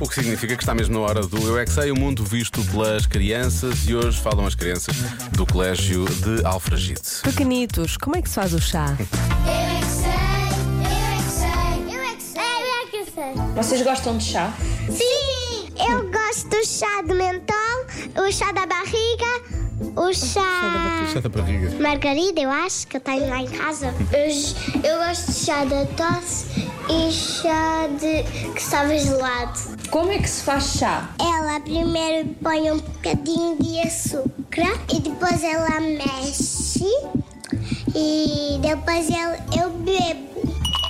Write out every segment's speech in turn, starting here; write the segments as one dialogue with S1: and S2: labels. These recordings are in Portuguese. S1: O que significa que está mesmo na hora do Eu é Que Sei, o mundo visto pelas crianças. E hoje falam as crianças do Colégio de Alfragite.
S2: Pequenitos, como é que se faz o chá?
S3: Eu é que sei, eu é que sei, eu é que sei, eu é que sei.
S4: Vocês gostam de chá?
S3: Sim! Eu gosto do chá de mentol, o chá da barriga, o chá.
S1: Chata barriga.
S3: Margarida, eu acho que eu tenho lá em casa. Eu, gosto de chá da tosse e chá de que estava gelado.
S4: Como é que se faz chá?
S3: Ela primeiro põe um bocadinho de açúcar e depois ela mexe e depois eu, eu bebo.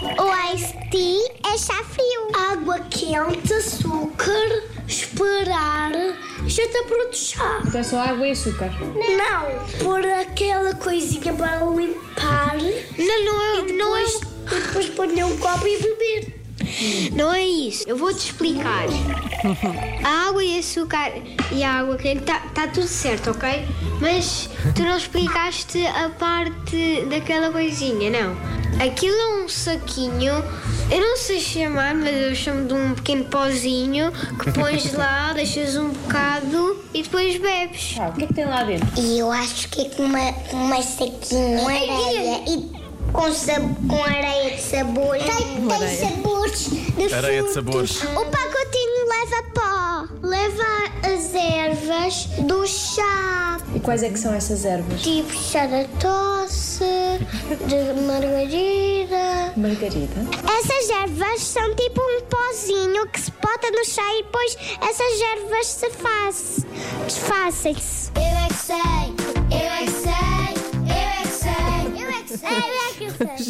S3: O ice tea é chá frio. Água quente, açúcar, esperar. Já está pronto o chá.
S4: Então é só água e açúcar.
S3: Não, pôr aquela coisinha para limpar. Não, não, depois,
S5: é
S3: não E depois pôr
S5: um
S3: num copo e beber.
S5: Não é isso. Eu vou te explicar. A água e açúcar e a água quente está tudo certo, ok? Mas tu não explicaste a parte daquela coisinha, não. Aquilo é um saquinho, eu não sei chamar, mas eu chamo de um pequeno pozinho que pões lá, deixas um bocado e depois bebes.
S4: Chá, o que é que tem lá dentro?
S3: E eu acho que é com uma, uma saquinha com areia e com, sab- com areia de sabor. Tem, tem sabores de
S1: Areia de sabores.
S3: O pacotinho leva pó, leva as ervas do chá,
S4: E quais é que são essas ervas?
S3: tipo chá da tosse, de margarida.
S4: Margarida.
S3: Essas ervas são tipo um pozinho que se bota no chá e depois essas ervas se faz, desfazem-se. Eu é que sei, eu é que sei, eu é que sei, eu é que sei, eu é que sei.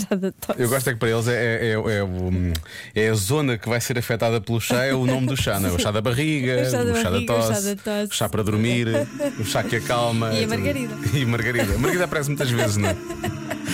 S2: Chá da tosse.
S1: Eu gosto é que para eles é, é, é, é o- é a zona que vai ser afetada pelo chá, é o nome do chá, não é? O chá da barriga,
S2: O chá da
S1: o chá da
S2: barriga, o chá da
S1: tosse,
S2: tosse.
S1: o chá para dormir, o chá que acalma.
S2: E a
S1: tudo.
S2: margarida.
S1: E margarida. Margarida aparece muitas vezes, não é?